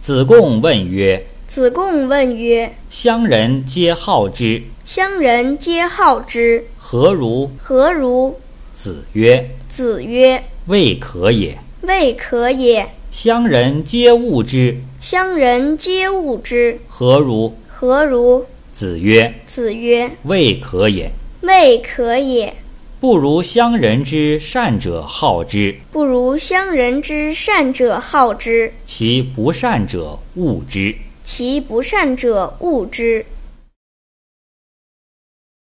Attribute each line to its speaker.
Speaker 1: 子贡问曰
Speaker 2: 子贡问曰：“：“
Speaker 1: 乡人皆好之，
Speaker 2: 乡人皆好之，
Speaker 1: 何如
Speaker 2: 何如？”
Speaker 1: 子曰？”
Speaker 2: 子曰：“
Speaker 1: 未可也。：“
Speaker 2: 未可也。
Speaker 1: 乡人皆恶之，
Speaker 2: 乡人皆恶之，
Speaker 1: 何如
Speaker 2: 何如？”
Speaker 1: 子曰？”
Speaker 2: 子曰：“
Speaker 1: 未可也。：“
Speaker 2: 未可也。
Speaker 1: 不如乡人之善者好之，
Speaker 2: 不如乡人之善者好之，
Speaker 1: 其不善者恶之。
Speaker 2: 其不善者恶之。